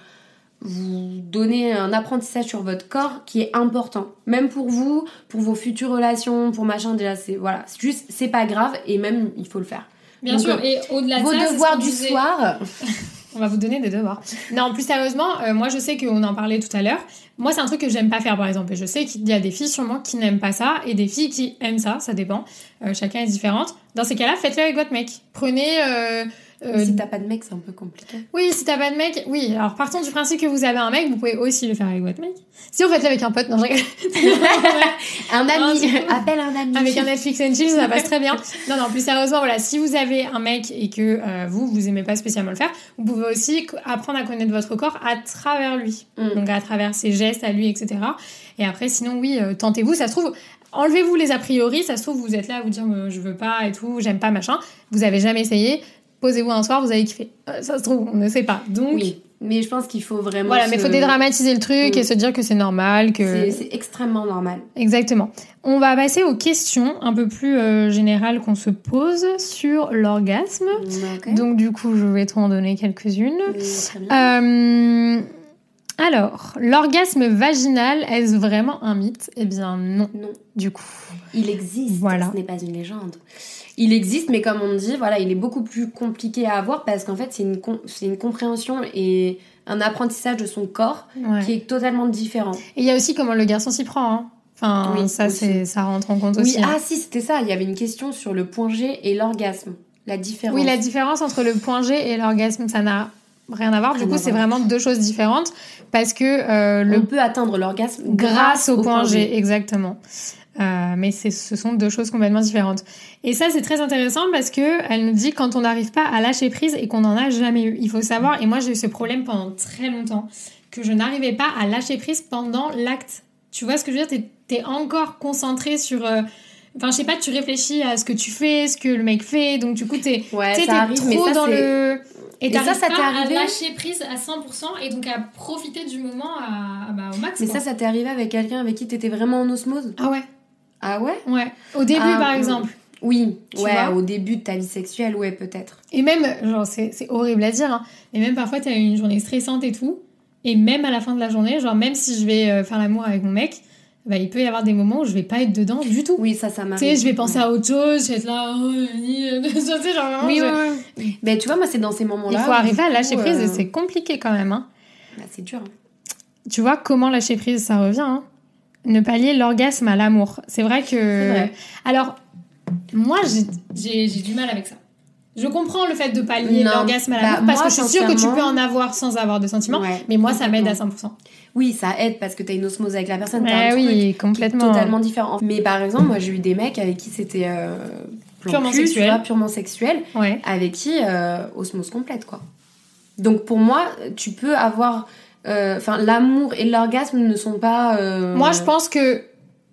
C: vous donner un apprentissage sur votre corps qui est important. Même pour vous, pour vos futures relations, pour machin, déjà, c'est voilà. C'est juste, c'est pas grave et même, il faut le faire.
B: Bien
C: Donc,
B: sûr,
C: euh,
B: et au-delà de
C: Vos
B: ça, c'est ce
C: devoirs
B: qu'on
C: du
B: disait.
C: soir.
B: On va vous donner des devoirs. Non, plus sérieusement, euh, moi je sais qu'on en parlait tout à l'heure. Moi, c'est un truc que j'aime pas faire par exemple. Et je sais qu'il y a des filles sûrement qui n'aiment pas ça et des filles qui aiment ça, ça dépend. Euh, chacun est différente. Dans ces cas-là, faites-le avec votre mec. Prenez. euh,
C: Mais Si t'as pas de mec, c'est un peu compliqué.
B: Oui, si t'as pas de mec, oui. Alors partons du principe que vous avez un mec, vous pouvez aussi le faire avec votre mec. Si vous faites avec un pote, non, je rigole.
C: Un ami,
B: c'est bon.
C: appelle un ami.
B: Avec un Netflix and chill, ça passe très bien. Non, non, plus sérieusement, voilà, si vous avez un mec et que euh, vous, vous aimez pas spécialement le faire, vous pouvez aussi co- apprendre à connaître votre corps à travers lui.
C: Mm.
B: Donc à travers ses gestes à lui, etc. Et après, sinon, oui, euh, tentez-vous. Ça se trouve, enlevez-vous les a priori. Ça se trouve, vous êtes là à vous dire, euh, je veux pas et tout, j'aime pas, machin. Vous avez jamais essayé. Posez-vous un soir, vous avez kiffé. Euh, ça se trouve, on ne sait pas. Donc,
C: Oui, mais je pense qu'il faut vraiment.
B: voilà, mais il
C: se-
B: faut dédramatiser le truc
C: Mm.
B: et se dire que c'est normal, que...
C: C'est c'est extrêmement normal.
B: Exactement. On va passer aux questions un peu plus euh, générales qu'on se pose sur l'orgasme.
C: Ok.
B: Donc du coup, je vais t'en donner quelques-unes.
C: Mais très bien.
B: Euh, alors, l'orgasme vaginal, est-ce vraiment un mythe Eh bien non,
C: Non,
B: du coup.
C: il existe.
B: Voilà.
C: Ce n'est pas une légende. Il existe, mais comme on dit, voilà, il est beaucoup plus compliqué à avoir parce qu'en fait, c'est une, com- c'est une compréhension et un apprentissage de son corps
B: Ouais.
C: qui est totalement différent.
B: Et il y a aussi comment le garçon s'y prend. hein. Enfin,
C: Oui,
B: ça,
C: aussi.
B: c'est, ça rentre en compte
C: Oui,
B: aussi. hein.
C: ah si, c'était ça. Il y avait une question sur le point G et l'orgasme. La ah, différence.
B: Oui, la différence entre le point G et l'orgasme, ça n'a rien à voir.
C: Rien
B: du coup,
C: à
B: c'est
C: voir.
B: vraiment deux choses différentes parce que euh, le
C: On peut atteindre l'orgasme
B: grâce au point G, exactement. Euh, mais c'est- ce sont deux choses complètement différentes. Et ça, c'est très intéressant parce que elle nous dit quand on n'arrive pas à lâcher prise et qu'on n'en a jamais eu. Il faut savoir, et moi j'ai eu ce problème pendant très longtemps, que je n'arrivais pas à lâcher prise pendant l'acte. Tu vois ce que je veux dire T'es- T'es encore concentré sur. euh, Enfin, je sais pas, tu réfléchis à ce que tu fais, ce que le mec fait, donc du coup, t'es
C: Ouais,
B: tu sais,
C: ça
B: t'es
C: arrive, mais
B: trop
C: ça,
B: dans
C: c'est-
B: le.
C: Et
B: t'arrives
C: ça, ça
B: pas
C: t'est arrivé
B: à lâcher prise à 100% et donc à profiter du moment à, bah, au max.
C: Mais
B: quoi.
C: ça, ça t'est arrivé avec quelqu'un avec qui t'étais vraiment en osmose
B: Ah ouais
C: Ah ouais
B: Ouais. Au début,
C: Ah,
B: par
C: mm.
B: exemple.
C: Oui,
B: Tu
C: ouais,
B: vois
C: au début de ta vie sexuelle, ouais, peut-être.
B: Et même, genre, c'est c'est horrible à dire, hein, mais même parfois, t'as une journée stressante et tout. Et même à la fin de la journée, genre, même si je vais euh, faire l'amour avec mon mec, bah, il peut y avoir des moments où je vais pas être dedans du tout.
C: Oui, ça, ça
B: Tu
C: m'arrive.
B: sais, je vais penser à autre chose, je vais être là, oh, euh, tu sais, genre, vraiment,
C: Oui,
B: je-
C: ouais, ouais. Mais tu vois, moi, c'est dans ces moments-là.
B: Il faut
C: où,
B: arriver à
C: du
B: lâcher
C: coup,
B: prise
C: euh,
B: et c'est compliqué quand même. hein.
C: bah, c'est dur.
B: Tu vois comment lâcher prise, ça revient. hein. Ne pas lier l'orgasme à l'amour. C'est vrai que.
C: vrai.
B: Alors, moi, j'ai- j'ai j'ai du mal avec ça. Je comprends le fait de pas lier
C: Non.
B: l'orgasme à
C: Bah,
B: l'amour parce
C: moi,
B: que je suis sûre que tu
C: sincèrement-
B: peux en avoir sans avoir de sentiments.
C: Ouais,
B: mais moi, ça m'aide à
C: complètement.
B: 100%.
C: Oui, ça aide parce que t'as une osmose avec la personne. t'as
B: Ouais,
C: un truc
B: oui,
C: qui est
B: complètement.
C: totalement différent. Mais par exemple, moi, j'ai eu des mecs avec qui c'était euh, plan
B: Purement
C: cul, tu
B: sexuel.
C: vois, purement sexuel,
B: Ouais.
C: avec qui euh, osmose complète, quoi. Donc pour moi, tu peux avoir. euh, Enfin, l'amour et l'orgasme ne sont pas. euh,
B: Moi, je pense que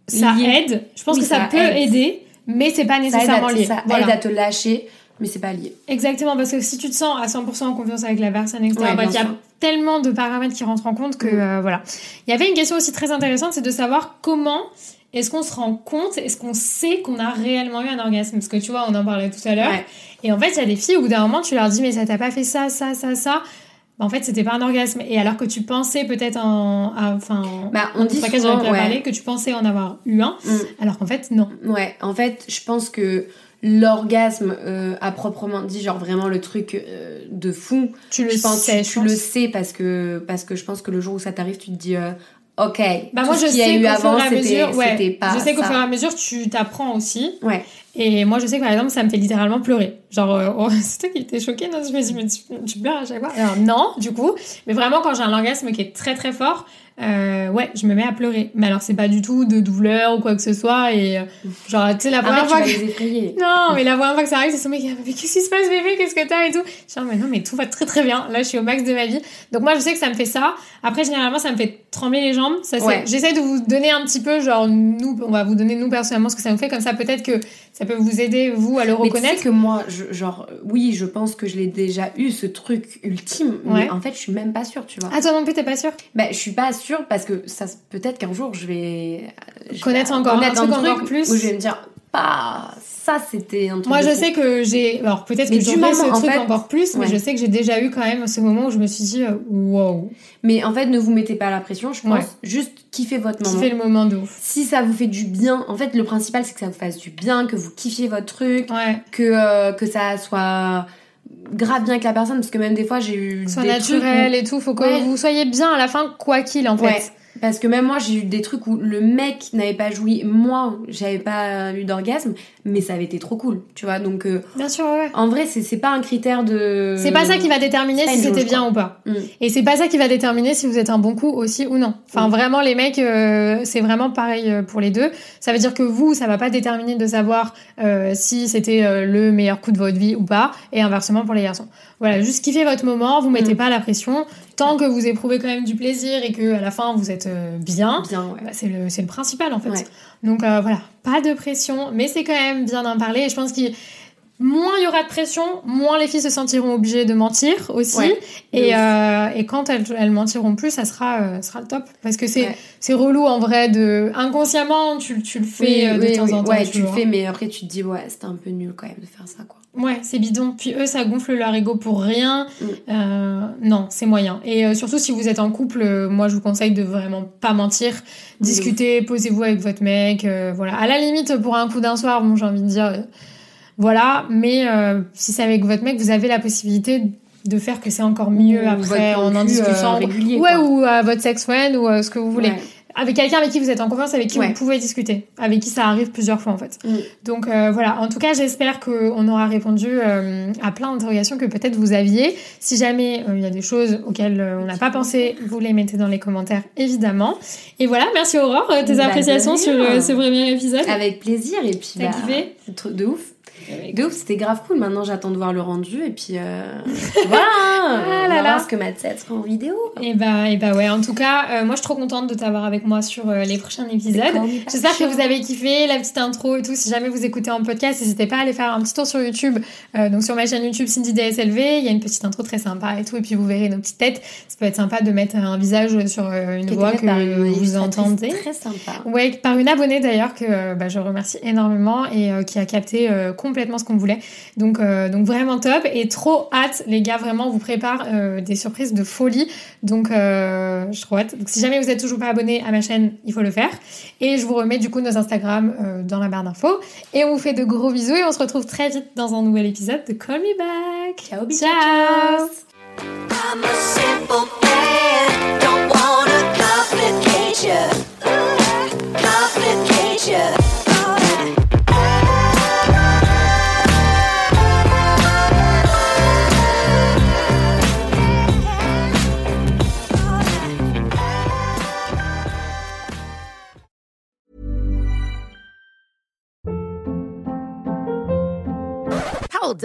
B: ça
C: lié.
B: aide. Je pense
C: Oui,
B: que ça,
C: ça
B: peut
C: aide.
B: aider, mais c'est pas
C: ça aide,
B: nécessairement
C: à,
B: lié.
C: ça
B: Voilà.
C: aide à te lâcher, mais c'est pas lié.
B: Exactement, parce que si tu te sens à 100% en confiance avec la personne, etc.,
C: Ouais,
B: bref,
C: bien
B: il y a
C: sûr.
B: tellement de paramètres qui rentrent en compte que
C: Mm.
B: euh, voilà. Il y avait une question aussi très intéressante, c'est de savoir comment est-ce qu'on se rend compte, est-ce qu'on sait qu'on a réellement eu un orgasme Parce que tu vois, on en parlait tout à l'heure.
C: Ouais.
B: Et en fait, il y a des filles, au bout d'un moment, tu leur dis, mais ça t'a pas fait ça, ça, ça, ça. Bah, en fait, c'était pas un orgasme. Et alors que tu pensais peut-être en. à- Enfin.
C: Bah, on dit
B: en tout cas, j'en ai
C: souvent,
B: déjà
C: ouais.
B: parlé, que tu pensais en avoir eu un,
C: Mm.
B: alors qu'en fait, non.
C: Ouais, en fait, je pense que l'orgasme euh, à proprement dit, genre vraiment le truc euh, de fou,
B: Tu le
C: je pense
B: sais,
C: que
B: je
C: tu
B: pense.
C: le sais parce que, parce que je pense que le jour où ça t'arrive, tu te dis euh, ok,
B: Bah
C: tout
B: moi
C: ce
B: je
C: qu'il y a
B: sais
C: eu
B: qu'au
C: avant,
B: fur et à
C: c'était
B: mesure, ouais,
C: c'était pas
B: je sais qu'au
C: ça.
B: fur et à mesure tu t'apprends aussi.
C: Ouais.
B: Et moi je sais que par exemple ça me fait littéralement pleurer. Genre euh, oh, c'est toi qui étais choquée, non je me dis mais tu, tu pleures à chaque fois. Alors non du coup, mais vraiment quand j'ai un orgasme qui est très très fort, euh, ouais je me mets à pleurer. Mais alors c'est pas du tout de douleur ou quoi que ce soit et euh, genre tu sais la première
C: Arrête,
B: fois
C: Ah, tu
B: que
C: vas les effrayer.
B: non, mais la première fois que ça arrive, c'est ce mec qui dit Mais qu'est-ce qui se passe, bébé Qu'est-ce que t'as et tout Je dis Ah, mais non, mais tout va très très bien. Là, je suis au max de ma vie. Donc, moi, je sais que ça me fait ça. Après, généralement, ça me fait trembler les jambes. Ça, c'est-
C: Ouais.
B: J'essaie de vous donner un petit peu, genre, nous, on va vous donner, nous, personnellement, ce que ça nous fait. Comme ça, peut-être que ça peut vous aider, vous, à le
C: Mais tu sais
B: reconnaître.
C: que moi, je- genre, euh, oui, je pense que je l'ai déjà eu ce truc ultime,
B: Ouais.
C: mais en fait, je suis même pas sûre, tu vois.
B: Ah, toi non plus, t'es pas sûre
C: Bah, je suis pas sûre parce que ça, se- peut-être qu'un jour je vais je vais
B: Connaître encore un truc encore plus.
C: où je vais me dire, bah, ça c'était un truc.
B: Moi,
C: de
B: je
C: fou.
B: sais que j'ai. Alors, peut-être
C: Mais
B: que
C: du
B: j'aurais ce
C: moment, en
B: truc
C: fait-
B: encore plus, mais
C: Ouais.
B: je sais que j'ai déjà eu quand même ce moment où je me suis dit euh, Wow,
C: Mais en fait, ne vous mettez pas la pression, je pense.
B: Ouais.
C: Juste kiffez votre
B: qui
C: moment.
B: fait le moment de ouf.
C: Si ça vous fait du bien, en fait, le principal c'est que ça vous fasse du bien, que vous kiffiez votre truc,
B: Ouais.
C: que, euh, que ça soit grave bien avec la personne, parce que même des fois j'ai eu.
B: soit
C: des
B: naturel
C: trucs
B: et tout, faut que
C: Ouais.
B: vous soyez bien à la fin, quoi qu'il en fait.
C: Ouais. Parce que même moi, j'ai eu des trucs où le mec n'avait pas joui, moi, j'avais pas eu d'orgasme, mais ça avait été trop cool, tu vois. Donc, euh,
B: Bien sûr, ouais.
C: en vrai, c'est c'est pas un critère de.
B: C'est pas ça qui va déterminer
C: c'est pas
B: si
C: une
B: c'était
C: jauge,
B: bien
C: quoi.
B: ou pas.
C: Mm.
B: Et c'est pas ça qui va déterminer si vous êtes un bon coup aussi ou non. Enfin,
C: Mm.
B: vraiment, les mecs, euh, c'est vraiment pareil euh, pour les deux. Ça veut dire que vous, ça va pas déterminer de savoir euh, si c'était euh, le meilleur coup de votre vie ou pas. Et inversement pour les garçons. Voilà, juste kiffez votre moment, vous mettez
C: Mm.
B: pas la pression. Tant que vous éprouvez quand même du plaisir et que à la fin vous êtes euh, bien,
C: Bien, ouais.
B: bah, c'est le, c'est le principal en fait.
C: Ouais.
B: Donc euh, voilà, pas de pression, mais c'est quand même bien d'en parler. Et je pense qu'il moins il y aura de pression, moins les filles se sentiront obligées de mentir aussi.
C: Ouais, de
B: et,
C: ouf.
B: euh, et quand elles, elles mentiront plus, ça sera, euh, ça sera le top. Parce que c'est
C: Ouais.
B: c'est relou en vrai, de inconsciemment, tu, tu le fais
C: Oui,
B: euh, de
C: oui,
B: temps
C: oui.
B: en temps.
C: Ouais, tu le
B: vois.
C: fais, mais après, tu te dis, ouais, c'était un peu nul quand même de faire ça, quoi.
B: Ouais, c'est bidon. Puis eux, ça gonfle leur ego pour rien.
C: Mm.
B: Euh, non, c'est moyen. Et euh, surtout, si vous êtes en couple, euh, moi, je vous conseille de vraiment pas mentir.
C: Mm.
B: Discutez, posez-vous avec votre mec. euh, voilà. À la limite, pour un coup d'un soir, bon, j'ai envie de dire, euh, voilà. Mais euh, si c'est avec votre mec, vous avez la possibilité de faire que c'est encore mieux
C: Ou
B: après
C: Mm, votre
B: en en
C: cul, euh,
B: discutant.
C: régulier,
B: ouais,
C: quoi.
B: ou à votre sex friend ou euh, ce que vous voulez.
C: Ouais.
B: Avec quelqu'un avec qui vous êtes en confiance, avec qui
C: Ouais.
B: vous pouvez discuter, avec qui ça arrive plusieurs fois en fait.
C: Mm.
B: Donc euh, voilà, en tout cas j'espère qu'on aura répondu euh, à plein d'interrogations que peut-être vous aviez. Si jamais euh, il y a des choses auxquelles euh, on n'a pas pensé, vous les mettez dans les commentaires évidemment. Et voilà, merci Aurore, euh, tes
C: Bah, de
B: appréciations
C: rien.
B: sur
C: Ah.
B: euh, ce premier épisode.
C: Avec plaisir, et puis.
B: T'as
C: bah,
B: kiffé
C: c'est trop- De ouf.
B: Avec-
C: De ouf, c'était grave cool. Maintenant, j'attends de voir le rendu, et puis. euh, voilà
B: Ah
C: On
B: là
C: va
B: là.
C: voir ce que ma tête sera en vidéo.
B: Et bah, et bah ouais, en tout cas, euh, moi je suis trop contente de t'avoir avec moi sur euh, les prochains épisodes. J'espère que vous avez kiffé la petite intro et tout. Si jamais vous écoutez en podcast, n'hésitez pas à aller faire un petit tour sur YouTube. Euh, donc sur ma chaîne YouTube Cindy DSLV, il y a une petite intro très sympa et tout. Et puis vous verrez nos petites têtes. Ça peut être sympa de mettre un visage sur euh, une
C: Qui était
B: voix
C: faite par une
B: que vous
C: illustratrice
B: entendez.
C: Très sympa.
B: Ouais, par une abonnée d'ailleurs que euh, bah, je remercie énormément et euh, qui a capté euh, complètement ce qu'on voulait. Donc, euh, donc vraiment top et trop hâte les gars, vraiment on vous prépare euh, des surprises de folie. Donc euh, je trop hâte. Donc si jamais vous êtes toujours pas abonné à ma chaîne, il faut le faire. Et je vous remets du coup nos Instagram euh, dans la barre d'infos. Et on vous fait de gros bisous et on se retrouve très vite dans un nouvel épisode de Call Me Back.
C: Ciao, bisous.
B: Ciao.
A: I'm a simple man, don't wanna complicate ya. Complicate ya.
D: Hold